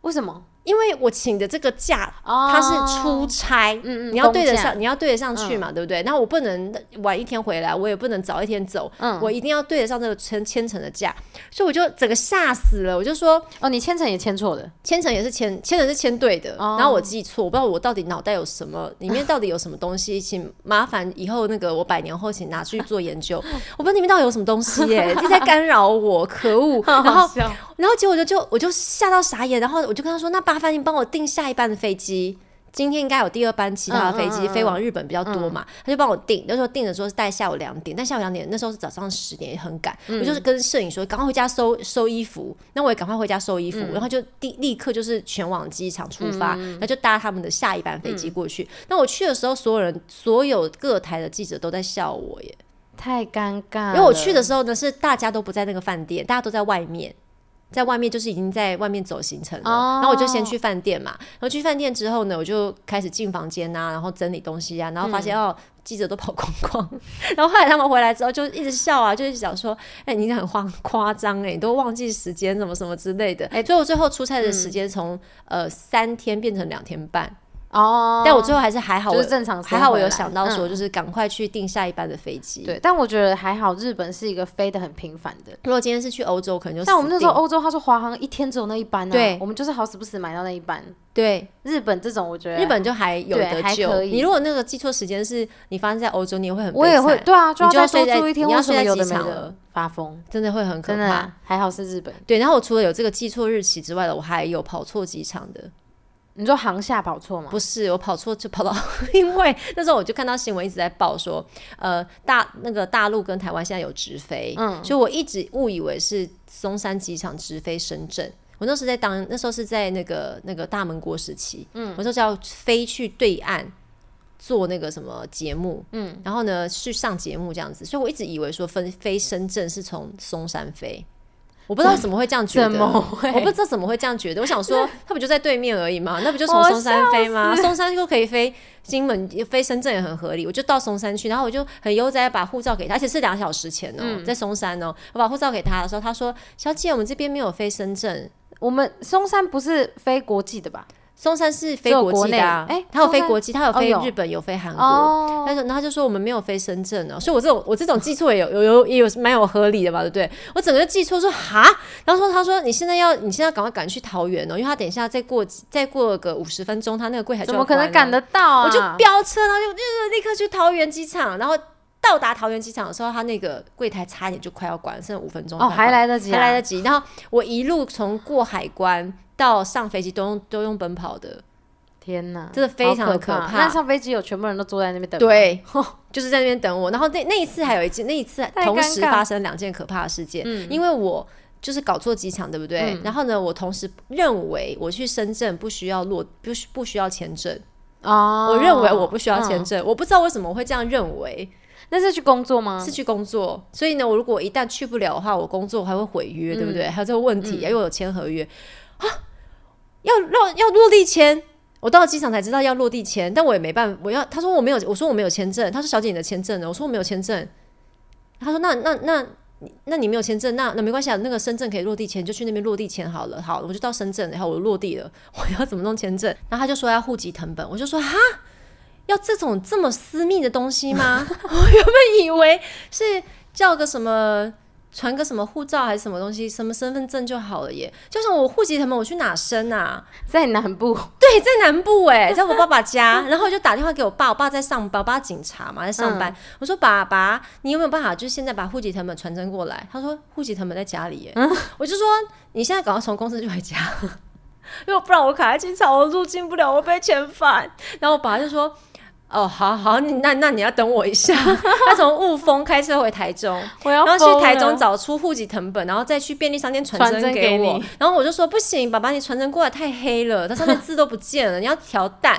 [SPEAKER 2] 为什么？
[SPEAKER 1] 因为我请的这个假
[SPEAKER 2] 哦，
[SPEAKER 1] 它是出，差。
[SPEAKER 2] 嗯嗯，嗯
[SPEAKER 1] 你要对得
[SPEAKER 2] 工匠，
[SPEAKER 1] 上，你要对得上去嘛，对不对？那我不能晚一天回来，我也不能早一天走，
[SPEAKER 2] 嗯，
[SPEAKER 1] 我一定要对得上这个千千层的假，所以我就整个吓死了。我就说，
[SPEAKER 2] 哦，你签成也 签错的，
[SPEAKER 1] 千层也是千千层是千对的，
[SPEAKER 2] 哦
[SPEAKER 1] 然后我记错，我不知道我到底脑袋有什么，里面到底有什么东西，请麻烦以后那个我百年后请拿去做研 究，我不知道里面到底有什么东西耶、一直在干扰我，可恶！ 然后
[SPEAKER 2] 好笑
[SPEAKER 1] 然后结果就就我就吓到傻眼，然后我就跟他说，那八饭你帮我订下一班的飞机。今天应该有第二班其他的飞
[SPEAKER 2] 嗯
[SPEAKER 1] 机
[SPEAKER 2] 嗯嗯嗯嗯
[SPEAKER 1] 飞往日本比较多嘛，他就帮我订。那时候订的时候是带下午两点，但下午两点那时候是早上十点，也很赶。我
[SPEAKER 2] 嗯
[SPEAKER 1] 就是跟摄影说，赶快回家收收衣服，那我也赶快回家收衣服，
[SPEAKER 2] 嗯
[SPEAKER 1] 然后就立立刻就是前往机场出发，那就搭他们的下一班飞
[SPEAKER 2] 嗯
[SPEAKER 1] 机过去。那我去的时候，所有人所有各台的记者都在笑我耶，
[SPEAKER 2] 太尴尬了，
[SPEAKER 1] 因为我去的时候呢，是大家都不在那个饭店，大家都在外面，在外面就是已经在外面走行程了。
[SPEAKER 2] 哦
[SPEAKER 1] 然后我就先去饭店嘛，然后去饭店之后呢，我就开始进房间啊，然后整理东西啊，然后发现、
[SPEAKER 2] 嗯
[SPEAKER 1] 哦，记者都跑光光。 然后后来他们回来之后就一直笑啊，就一直讲说，哎、你很夸夸张哎，你都忘记时间什么什么之类的。哎、所以我最后出差的
[SPEAKER 2] 嗯
[SPEAKER 1] 时间从、呃三天变成两天半，
[SPEAKER 2] 哦，
[SPEAKER 1] 但我最后还是还好我，
[SPEAKER 2] 就是正常生活
[SPEAKER 1] 还
[SPEAKER 2] 啦，
[SPEAKER 1] 好我有想到
[SPEAKER 2] 嗯
[SPEAKER 1] 说，就是赶快去订下一班的飞机。。
[SPEAKER 2] 对，但我觉得还好，日本是一个飞得很频繁的。
[SPEAKER 1] 如果今天是去欧洲，可能就
[SPEAKER 2] 但我们那时
[SPEAKER 1] 死
[SPEAKER 2] 候
[SPEAKER 1] 定
[SPEAKER 2] 欧洲，他说华航一天只有那一班啊，
[SPEAKER 1] 对
[SPEAKER 2] 我们就是好死不死买到那一班。
[SPEAKER 1] 对
[SPEAKER 2] 日本这种，我觉得
[SPEAKER 1] 日本就还有
[SPEAKER 2] 对
[SPEAKER 1] 得
[SPEAKER 2] 还
[SPEAKER 1] 救。
[SPEAKER 2] 可以
[SPEAKER 1] 你如果那个记错时间是你发生在欧洲，你也会很悲
[SPEAKER 2] 我也会，
[SPEAKER 1] 惨
[SPEAKER 2] 对啊，就
[SPEAKER 1] 你就
[SPEAKER 2] 要
[SPEAKER 1] 要
[SPEAKER 2] 再
[SPEAKER 1] 睡
[SPEAKER 2] 多
[SPEAKER 1] 在
[SPEAKER 2] 住一天，
[SPEAKER 1] 你
[SPEAKER 2] 为
[SPEAKER 1] 要
[SPEAKER 2] 什
[SPEAKER 1] 睡
[SPEAKER 2] 么
[SPEAKER 1] 在
[SPEAKER 2] 有的
[SPEAKER 1] 机
[SPEAKER 2] 没
[SPEAKER 1] 场
[SPEAKER 2] 的
[SPEAKER 1] 了
[SPEAKER 2] 发疯？
[SPEAKER 1] 真的会很可
[SPEAKER 2] 真的
[SPEAKER 1] 怕。
[SPEAKER 2] 啊还好是日本，
[SPEAKER 1] 对，然后我除了有这个记错日期之外的，我还有跑错机场的。
[SPEAKER 2] 你说航下跑错吗？
[SPEAKER 1] 不是，我跑错就跑到， 因为那时候我就看到新闻一直在报说，呃，大那个大陆跟台湾现在有直飞，嗯，所以我一直误以为是松山机场直飞深圳。我那时候在当，那时候是在那个那个大盟国时期，嗯，我那时候要飞去对岸做那个什么节目，嗯，然后呢去上节目这样子，所以我一直以为说分飞深圳是从松山飞，我不知道怎么会这样觉得，
[SPEAKER 2] 怎么会？
[SPEAKER 1] 我不知道怎么会这样觉得。我想说，他不就在对面而已嘛，那不就从
[SPEAKER 2] 我
[SPEAKER 1] 松山飞吗？松山就可以飞金门，飞深圳也很合理。我就到松山去，然后我就很悠哉地把护照给他，而且是两小时前哦、
[SPEAKER 2] 嗯
[SPEAKER 1] 在松山哦、我把护照给他的时候，他说：“小姐，我们这边没有飞深圳，
[SPEAKER 2] 我们松山不是飞国际的吧？
[SPEAKER 1] 松山是飞
[SPEAKER 2] 只有
[SPEAKER 1] 国
[SPEAKER 2] 国
[SPEAKER 1] 际
[SPEAKER 2] 内
[SPEAKER 1] 的、啊。
[SPEAKER 2] 哎
[SPEAKER 1] 他有
[SPEAKER 2] 松
[SPEAKER 1] 飞
[SPEAKER 2] 山
[SPEAKER 1] 国际，他有
[SPEAKER 2] 哦
[SPEAKER 1] 飞
[SPEAKER 2] 有
[SPEAKER 1] 日本，有飞韩国。
[SPEAKER 2] 哦，
[SPEAKER 1] 但是，然后他就说我们没有飞深圳哦、所以我这种我这种记错也有有有也有蛮有合理的嘛，对不对？我整个就记错说哈，然后说他说你现在要你现在赶快赶去桃园哦、因为他等一下再过几再过个五十分钟，他那个柜台就
[SPEAKER 2] 怎
[SPEAKER 1] 要
[SPEAKER 2] 么可
[SPEAKER 1] 关
[SPEAKER 2] 能
[SPEAKER 1] 了
[SPEAKER 2] 赶得到啊？
[SPEAKER 1] 我就飙车，然后就就立刻去桃园机场，然后到达桃园机场的时候，他那个柜台差点就快要关，剩五分钟
[SPEAKER 2] 哦，还
[SPEAKER 1] 来
[SPEAKER 2] 来得及啊，
[SPEAKER 1] 还来得及。然后我一路从过海关到上飞机都用都用奔跑的，
[SPEAKER 2] 天哪，
[SPEAKER 1] 真的非常的
[SPEAKER 2] 好
[SPEAKER 1] 可
[SPEAKER 2] 可
[SPEAKER 1] 怕
[SPEAKER 2] 那上飞机有全部人都坐在那边等，，
[SPEAKER 1] 对， 就是在那边等我。然后那那一次还有一件，那一次
[SPEAKER 2] 尴
[SPEAKER 1] 同时
[SPEAKER 2] 尬嗯
[SPEAKER 1] 发生两件可怕的事件，因为我。就是搞错机场，对不对？然后呢，我同时认为我去深圳不需要落，不需不需要签证。
[SPEAKER 2] 哦，
[SPEAKER 1] 我认为我不需要签
[SPEAKER 2] 嗯，
[SPEAKER 1] 证，我不知道为什么我会这样认为，
[SPEAKER 2] 那是去工作吗？
[SPEAKER 1] 是去工作。所以呢，我如果一旦去不了的话，我工作还会毁约，对不对？还有这个问题，因为我有签合约啊，要落要落地签。我到了机场才知道要落地签，但我也没办法。我要他说我没有，我说我没有签证。他说小姐你的签证呢？我说我没有签证。他说那那那那你没有签证，那那没关系啊，那个深圳可以落地签，你就去那边落地签好了。好，我就到深圳，然后我落地了，我要怎么弄签证？然后他就说要户籍成本，我就说哈，要这种这么私密的东西吗？我原本以为是叫个什么。传个什么护照还是什么东西，什么身份证就好了耶。就像我户籍什么，我去哪申啊？
[SPEAKER 2] 在南部，
[SPEAKER 1] 对，在南部哎， 在我爸爸家。然后我就打电话给我爸，我爸在上班，我爸警察嘛，在上班。我说爸爸，你有没有办法，就是现在把户籍成本传真过来？他说户籍成本在家里耶。我就说你现在赶快从公司就回家， 因为不然我卡在机场，我入境不了，我被遣返。然后我爸就说。哦，好好，你那那你要等我一 下。他从雾峰开车回台中，
[SPEAKER 2] 我要
[SPEAKER 1] 然后去台中
[SPEAKER 2] 疯了
[SPEAKER 1] 找出户籍成本，然后再去便利商店传
[SPEAKER 2] 哦传
[SPEAKER 1] 真
[SPEAKER 2] 真
[SPEAKER 1] 给
[SPEAKER 2] 给
[SPEAKER 1] 我。
[SPEAKER 2] 你
[SPEAKER 1] 然后我就说不行，爸爸你传真过来太黑了，它上面字都不见了，你要调淡。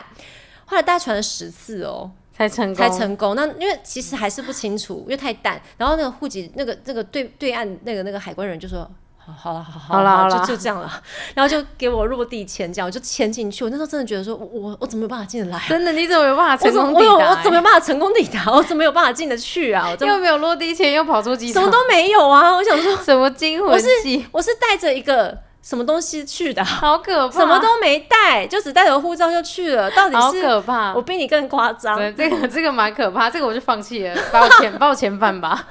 [SPEAKER 1] 后来大概传了十次哦，
[SPEAKER 2] 才成功，
[SPEAKER 1] 才成功。那因为其实还是不清楚，因为太淡。然后那个户籍那个那个对对岸那个那个海关人就说。好好了，好
[SPEAKER 2] 好啦
[SPEAKER 1] 了，
[SPEAKER 2] 好
[SPEAKER 1] 就
[SPEAKER 2] 啦
[SPEAKER 1] 就这样了。然后就给我落地签，这样我就签进去。我那时候真的觉得说，我我我怎么有办法进得来啊？
[SPEAKER 2] 真的，你怎么有办法
[SPEAKER 1] 我
[SPEAKER 2] 成
[SPEAKER 1] 怎
[SPEAKER 2] 功
[SPEAKER 1] 么
[SPEAKER 2] 抵达
[SPEAKER 1] 我
[SPEAKER 2] 欸、
[SPEAKER 1] 有我怎么有办法成功抵达？我怎么有办法进得去啊？我真
[SPEAKER 2] 又
[SPEAKER 1] 的
[SPEAKER 2] 没有落地前又跑出机
[SPEAKER 1] 什
[SPEAKER 2] 场
[SPEAKER 1] 么？都没有啊！我想说，
[SPEAKER 2] 什么惊
[SPEAKER 1] 我
[SPEAKER 2] 魂
[SPEAKER 1] 是
[SPEAKER 2] 记？
[SPEAKER 1] 我是带着一个什么东西去的啊，
[SPEAKER 2] 好可怕！
[SPEAKER 1] 什么都没带，就只带着护照就去了。到底
[SPEAKER 2] 好
[SPEAKER 1] 是
[SPEAKER 2] 可怕！
[SPEAKER 1] 我比你更夸张，
[SPEAKER 2] 对，这个这个蛮可怕，这个我就放弃了，把我遣 把我遣返吧，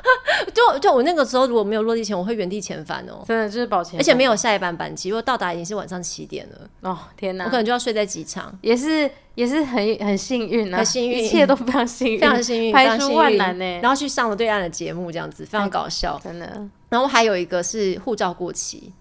[SPEAKER 1] 就就我那个时候如果没有落地前，我会原地遣返哦，
[SPEAKER 2] 真的就是抱歉。
[SPEAKER 1] 而且没有下一班班机。如果到达已经是晚上七点了，
[SPEAKER 2] 哦，天
[SPEAKER 1] 我
[SPEAKER 2] 哪
[SPEAKER 1] 可，能就要睡在机场，
[SPEAKER 2] 也是也是很很幸运啊，
[SPEAKER 1] 很幸运
[SPEAKER 2] 一切都非常幸
[SPEAKER 1] 非
[SPEAKER 2] 运，
[SPEAKER 1] 常幸运，非
[SPEAKER 2] 排
[SPEAKER 1] 常
[SPEAKER 2] 除
[SPEAKER 1] 幸
[SPEAKER 2] 万
[SPEAKER 1] 运
[SPEAKER 2] 难欸呢。
[SPEAKER 1] 然后去上了对岸的节目，这样子非常搞笑。
[SPEAKER 2] 真的，
[SPEAKER 1] 然后还有一个是护照过期，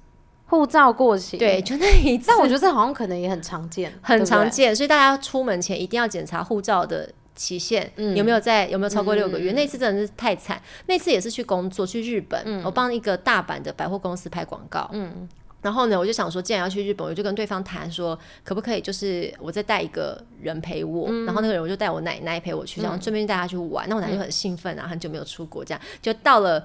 [SPEAKER 2] 护照过期，
[SPEAKER 1] 对，，就那一次
[SPEAKER 2] 但我觉得这好像可能也很常见，
[SPEAKER 1] 很常
[SPEAKER 2] 对不对。
[SPEAKER 1] 见，所以大家出门前一定要检查护照的期限、
[SPEAKER 2] 嗯
[SPEAKER 1] 有没有在有没有超过六个月。那次真的是太惨，那次也是去工作去日本，我帮一个大阪的百货公司拍广告，
[SPEAKER 2] 嗯，
[SPEAKER 1] 然后呢，我就想说，既然要去日本，我就跟对方谈说，可不可以就是我再带一个人陪我，
[SPEAKER 2] 嗯
[SPEAKER 1] 然后那个人我就带我奶奶陪我去，然后顺便带她去玩。那我奶奶就很兴奋啊，很久没有出国，这样就到了。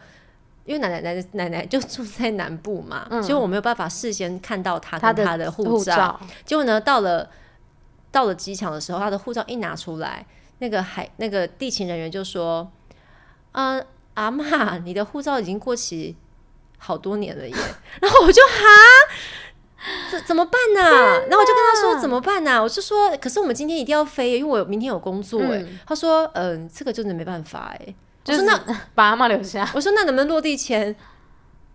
[SPEAKER 1] 因为奶奶奶奶奶奶就住在南部嘛，所以我没有办法事先看到她
[SPEAKER 2] 嗯她
[SPEAKER 1] 跟
[SPEAKER 2] 的
[SPEAKER 1] 她的护
[SPEAKER 2] 护
[SPEAKER 1] 照。结果呢，到了到了机场的时候，他的护照一拿出来，那个海那个地勤人员就说：“嗯、阿嬷，你的护照已经过期好多年了耶。” 然后我就哈。怎怎么办呢、然后我就跟他说怎么办呢、我就说，可是我们今天一定要飞耶，因为我有明天有工作哎、他说，嗯、这个真的没办法哎、我
[SPEAKER 2] 就
[SPEAKER 1] 说
[SPEAKER 2] 是
[SPEAKER 1] 那
[SPEAKER 2] 把阿妈留下，
[SPEAKER 1] 我说那能不能落地前，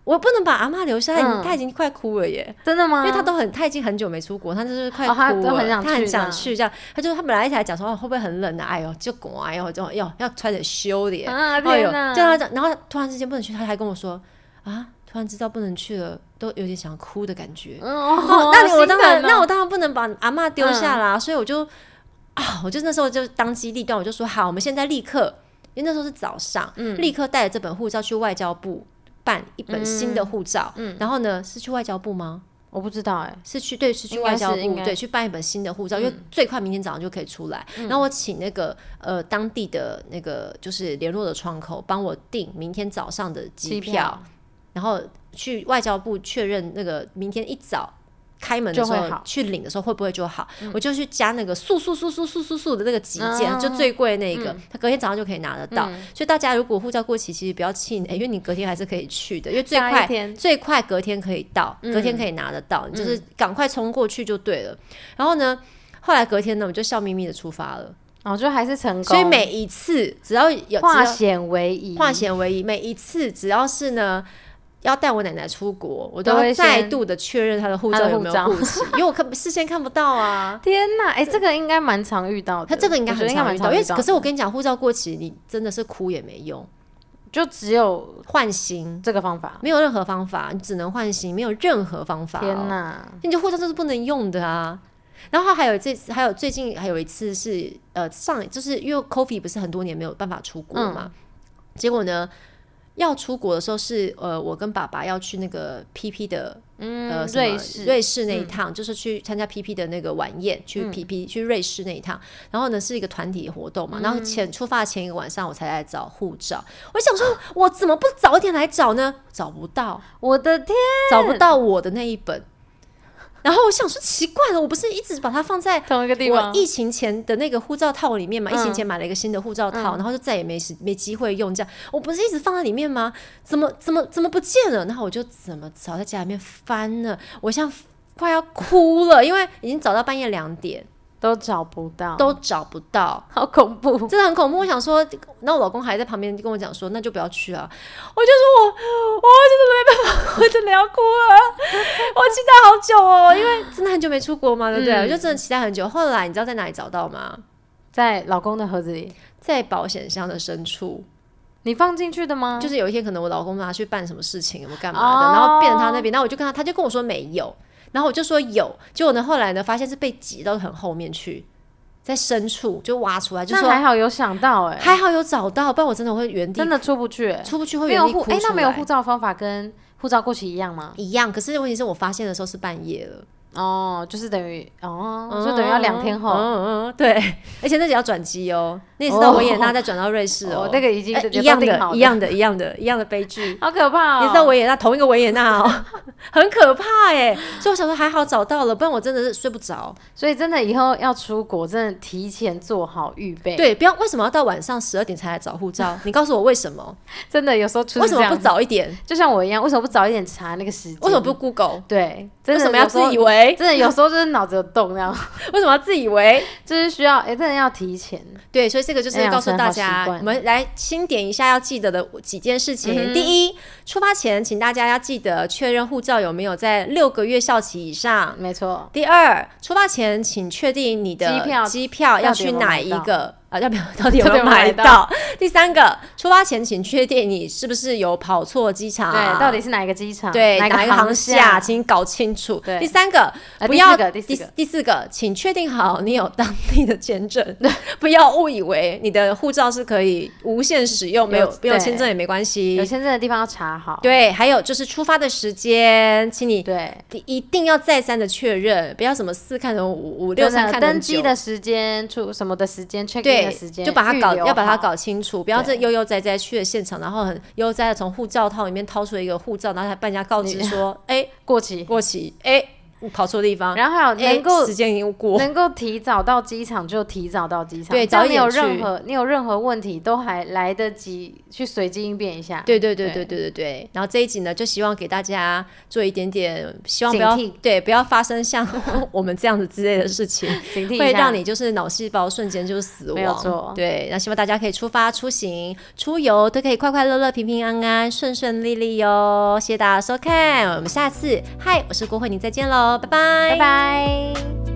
[SPEAKER 1] 我不能把阿嬷留下来，
[SPEAKER 2] 嗯
[SPEAKER 1] 她已经快哭了耶。
[SPEAKER 2] 真的吗？
[SPEAKER 1] 因为他都很，他已经很久没出国，他就是快哭
[SPEAKER 2] 嗯哦他
[SPEAKER 1] 了，
[SPEAKER 2] 都很想
[SPEAKER 1] 他很
[SPEAKER 2] 去这
[SPEAKER 1] 想
[SPEAKER 2] 样
[SPEAKER 1] 去这样。他就他本来一起来讲说、哦、会不会很冷啊？哎呦，就滚啊！哎呦，就要要穿点修的耶。
[SPEAKER 2] 啊，
[SPEAKER 1] 哎呦
[SPEAKER 2] 天，哪！
[SPEAKER 1] 就他讲，然后突然之间不能去，他还跟我说啊，突然知道不能去了，都有点想哭的感觉。
[SPEAKER 2] 嗯，哦
[SPEAKER 1] 哦，那你我
[SPEAKER 2] 心
[SPEAKER 1] 当然，
[SPEAKER 2] 疼哦嗯
[SPEAKER 1] 那我当然不能把阿嬷丢下啦，所以我就啊，我就那时候就当机立断，我就说好，我们现在立刻，因为那时候是早上，
[SPEAKER 2] 嗯
[SPEAKER 1] 立刻带着这本护照去外交部办一本新
[SPEAKER 2] 嗯
[SPEAKER 1] 的护照，然后呢是去外交部吗？
[SPEAKER 2] 我不知道哎，
[SPEAKER 1] 是去对，是去
[SPEAKER 2] 应
[SPEAKER 1] 外
[SPEAKER 2] 该
[SPEAKER 1] 交
[SPEAKER 2] 是应
[SPEAKER 1] 部
[SPEAKER 2] 该嗯
[SPEAKER 1] 对去办一本新的护照，因为最快明天早上就可以出来。然后我请那个呃当地的那个就是联络的窗口帮我订明天早上的机票，然后去外交部确认那个明天一早。开门的时
[SPEAKER 2] 就会
[SPEAKER 1] 候
[SPEAKER 2] 好
[SPEAKER 1] 去领的时候会不会就好？我就去加那个速速速速速速速的那个急件，
[SPEAKER 2] 嗯
[SPEAKER 1] 就最贵那一个，他隔天早上就可以拿得到。所以大家如果护照过期，其实不要气馁，因为你隔天还是可以去的，因为最
[SPEAKER 2] 下一
[SPEAKER 1] 快
[SPEAKER 2] 天
[SPEAKER 1] 最快隔天可以到，
[SPEAKER 2] 嗯
[SPEAKER 1] 隔天可以拿得到，你就是赶快冲过去就对了。然后呢，后来隔天呢，我们就笑眯眯的出发了。
[SPEAKER 2] 哦，就还是成功，
[SPEAKER 1] 所以每一次只要有
[SPEAKER 2] 化
[SPEAKER 1] 只要
[SPEAKER 2] 险为夷，
[SPEAKER 1] 化险为夷，每一次只要是呢。要带我奶奶出国，我都
[SPEAKER 2] 都
[SPEAKER 1] 要
[SPEAKER 2] 会先
[SPEAKER 1] 再度的确认她的护
[SPEAKER 2] 她
[SPEAKER 1] 照
[SPEAKER 2] 的
[SPEAKER 1] 有没有
[SPEAKER 2] 护照
[SPEAKER 1] 过期，因为我看事先看不到啊。
[SPEAKER 2] 天呐，哎、这个应该蛮常遇到的。
[SPEAKER 1] 她这个应该
[SPEAKER 2] 我觉
[SPEAKER 1] 很
[SPEAKER 2] 得应该
[SPEAKER 1] 常
[SPEAKER 2] 蛮
[SPEAKER 1] 遇到，因为
[SPEAKER 2] 的
[SPEAKER 1] 可是我跟你讲，护照过期，你真的是哭也没用，
[SPEAKER 2] 就只有
[SPEAKER 1] 换新
[SPEAKER 2] 这个方法。
[SPEAKER 1] 没有任何方法，你只能换新，没有任何方法、哦。
[SPEAKER 2] 天呐，
[SPEAKER 1] 你的护照就是不能用的啊。然后还有这次，还有最近还有一次是呃上，就是因为 COVID 不是很多年没有办法出国
[SPEAKER 2] 嗯
[SPEAKER 1] 嘛，结果呢要出国的时候是呃我跟爸爸要去那个 PP 的
[SPEAKER 2] 嗯，
[SPEAKER 1] 呃什么
[SPEAKER 2] 瑞士，嗯
[SPEAKER 1] 瑞士那一趟，就是去参加 PP 的那个晚宴，去 PP、去瑞士那一趟。然后呢是一个团体活动嘛，然后
[SPEAKER 2] 嗯
[SPEAKER 1] 前出发前一个晚上我才来找护照，我想说我怎么不早一点来找呢？找不到，
[SPEAKER 2] 我的天，
[SPEAKER 1] 找不到我的那一本。然后我想说，奇怪了，我不是一直把它放在
[SPEAKER 2] 同一个地
[SPEAKER 1] 我
[SPEAKER 2] 方，
[SPEAKER 1] 疫情前的那个护照套里面嘛？疫情
[SPEAKER 2] 嗯
[SPEAKER 1] 前买了一个新的护照套，然后就再也没时没机会用，这样我不是一直放在里面吗？怎么怎么怎么不见了？然后我就怎么找，在家里面翻了，我像快要哭了，因为已经找到半夜两点。
[SPEAKER 2] 都找不到，
[SPEAKER 1] 都找不到，
[SPEAKER 2] 好恐怖。
[SPEAKER 1] 真的很恐怖。我想说，那我老公还在旁边跟我讲说，那就不要去啊。我就说我，我真的没办法，我真的要哭了。我期待好久哦，因为真的很久没出国嘛，对不对？
[SPEAKER 2] 嗯
[SPEAKER 1] 我就真的期待很久。后来你知道在哪里找到吗？
[SPEAKER 2] 在老公的盒子里，
[SPEAKER 1] 在保险箱的深处，
[SPEAKER 2] 你放进去的吗？
[SPEAKER 1] 就是是有一天可能我老公拿去办什么事情，我干嘛的，
[SPEAKER 2] 哦
[SPEAKER 1] 然后变成他那边，然后我就跟他，他就跟我说没有，然后我就说有，结果呢后来呢发现是被挤到很后面去，在深处就挖出来，就
[SPEAKER 2] 那
[SPEAKER 1] 说
[SPEAKER 2] 还好有想到哎、
[SPEAKER 1] 还好有找到，不然我真的会原地
[SPEAKER 2] 真的出不去、欸，
[SPEAKER 1] 出不去，会
[SPEAKER 2] 没
[SPEAKER 1] 原
[SPEAKER 2] 有
[SPEAKER 1] 地
[SPEAKER 2] 护
[SPEAKER 1] 哭出
[SPEAKER 2] 哎、
[SPEAKER 1] 来。
[SPEAKER 2] 那没有护照方法跟护照过期一样吗？
[SPEAKER 1] 一样，可是问题是我发现的时候是半夜了，
[SPEAKER 2] 哦，就是等于哦，就等于要两天后。
[SPEAKER 1] 嗯嗯嗯， 对，而且那只要转机哦，那也是到维也纳再转到瑞士哦
[SPEAKER 2] 哦，，那个已经
[SPEAKER 1] 哎
[SPEAKER 2] 也
[SPEAKER 1] 一样
[SPEAKER 2] 都定好
[SPEAKER 1] 的，一，样的，一样的，一样的悲剧。
[SPEAKER 2] 好可怕、哦！
[SPEAKER 1] 也是在维也纳，同一个维也纳 哦，很可怕哎。所以我想说还好找到了，不然我真的是睡不着。
[SPEAKER 2] 所以真的以后要出国，真的提前做好预备。，
[SPEAKER 1] 对，不要为什么要到晚上十二点才来找护 照？你告诉我为什么？
[SPEAKER 2] 真的有时候出
[SPEAKER 1] 为什么不？早一点？
[SPEAKER 2] 就像我一样，为什么不早一点查那个时间？
[SPEAKER 1] 为什么不 Google？
[SPEAKER 2] 对？真
[SPEAKER 1] 为
[SPEAKER 2] 的
[SPEAKER 1] 什么要
[SPEAKER 2] 有时
[SPEAKER 1] 自
[SPEAKER 2] 候
[SPEAKER 1] 以？为？
[SPEAKER 2] 真的有时候就是脑子有洞，这 样
[SPEAKER 1] 为什么要自以为？
[SPEAKER 2] 就是需要哎、真的要提前。
[SPEAKER 1] 对，所以这个就是
[SPEAKER 2] 哎呀
[SPEAKER 1] 告诉
[SPEAKER 2] 真的
[SPEAKER 1] 大
[SPEAKER 2] 好
[SPEAKER 1] 家
[SPEAKER 2] 习，惯
[SPEAKER 1] 我们来清点一下要记得的几件事情。
[SPEAKER 2] 嗯哼
[SPEAKER 1] 第一，出发前请大家要记得确认护照有没有在六个月效期以上。
[SPEAKER 2] 没错，
[SPEAKER 1] 第二，出发前请确定你的
[SPEAKER 2] 机票
[SPEAKER 1] 机票要去哪一个啊？要不要到底有没有买
[SPEAKER 2] 买
[SPEAKER 1] 到？第三个，出发前请确定你是不是有跑错机场，
[SPEAKER 2] 对，到底是哪一个机场？
[SPEAKER 1] 啊对
[SPEAKER 2] 哪
[SPEAKER 1] 哪一
[SPEAKER 2] 个
[SPEAKER 1] 个航
[SPEAKER 2] 厦？
[SPEAKER 1] 请搞清楚。
[SPEAKER 2] 对
[SPEAKER 1] 第三个，
[SPEAKER 2] 呃
[SPEAKER 1] 不要
[SPEAKER 2] 第四个，第四个，
[SPEAKER 1] 第四个，请确定好你有当地的签证，不要误以为你的护照是可以无限使用，没有
[SPEAKER 2] 有
[SPEAKER 1] 没有
[SPEAKER 2] 对
[SPEAKER 1] 签证也没关系
[SPEAKER 2] 有。签证的地方要查好。
[SPEAKER 1] 对，还有就是出发的时间，请你
[SPEAKER 2] 对，
[SPEAKER 1] 一定要再三的确认，不要什么四看成五，五六
[SPEAKER 2] 就是
[SPEAKER 1] 三看成
[SPEAKER 2] 登机
[SPEAKER 1] 九
[SPEAKER 2] 的时间、出什么的时间、check in
[SPEAKER 1] 对
[SPEAKER 2] 的时间，
[SPEAKER 1] 就把它
[SPEAKER 2] 预
[SPEAKER 1] 搞
[SPEAKER 2] 留
[SPEAKER 1] 要把它
[SPEAKER 2] 好。
[SPEAKER 1] 搞清楚，不要这
[SPEAKER 2] 对
[SPEAKER 1] 悠悠哉哉去了现场，然后很悠哉的从护照套里面掏出一个护照，然后还半价告知 说，哎，
[SPEAKER 2] 过期。
[SPEAKER 1] 过期，哎，你跑错地方，
[SPEAKER 2] 然后还有
[SPEAKER 1] 哎
[SPEAKER 2] 能够
[SPEAKER 1] 时间已经过，
[SPEAKER 2] 能够提早到机场就提早到机场，
[SPEAKER 1] 对
[SPEAKER 2] 只要
[SPEAKER 1] 早一
[SPEAKER 2] 你有
[SPEAKER 1] 点
[SPEAKER 2] 任
[SPEAKER 1] 去
[SPEAKER 2] 何你有任何问题都还来得及去随机应变一下。
[SPEAKER 1] 对对对对
[SPEAKER 2] 对
[SPEAKER 1] 对对对。然后这一集呢，就希望给大家做一点点，希望不
[SPEAKER 2] 警
[SPEAKER 1] 要
[SPEAKER 2] 惕
[SPEAKER 1] 对不要发生像 我们这样子之类的事情，
[SPEAKER 2] 警惕一下，
[SPEAKER 1] 会让你就是脑细胞瞬间就是死
[SPEAKER 2] 没有
[SPEAKER 1] 亡
[SPEAKER 2] 错。
[SPEAKER 1] 对，那希望大家可以出发、出行、出游都可以快快乐乐、平平安安、顺顺利利哦哟。谢谢大家收看，我们下次嗨，我是郭慧玲，再见喽，拜拜，
[SPEAKER 2] 拜拜。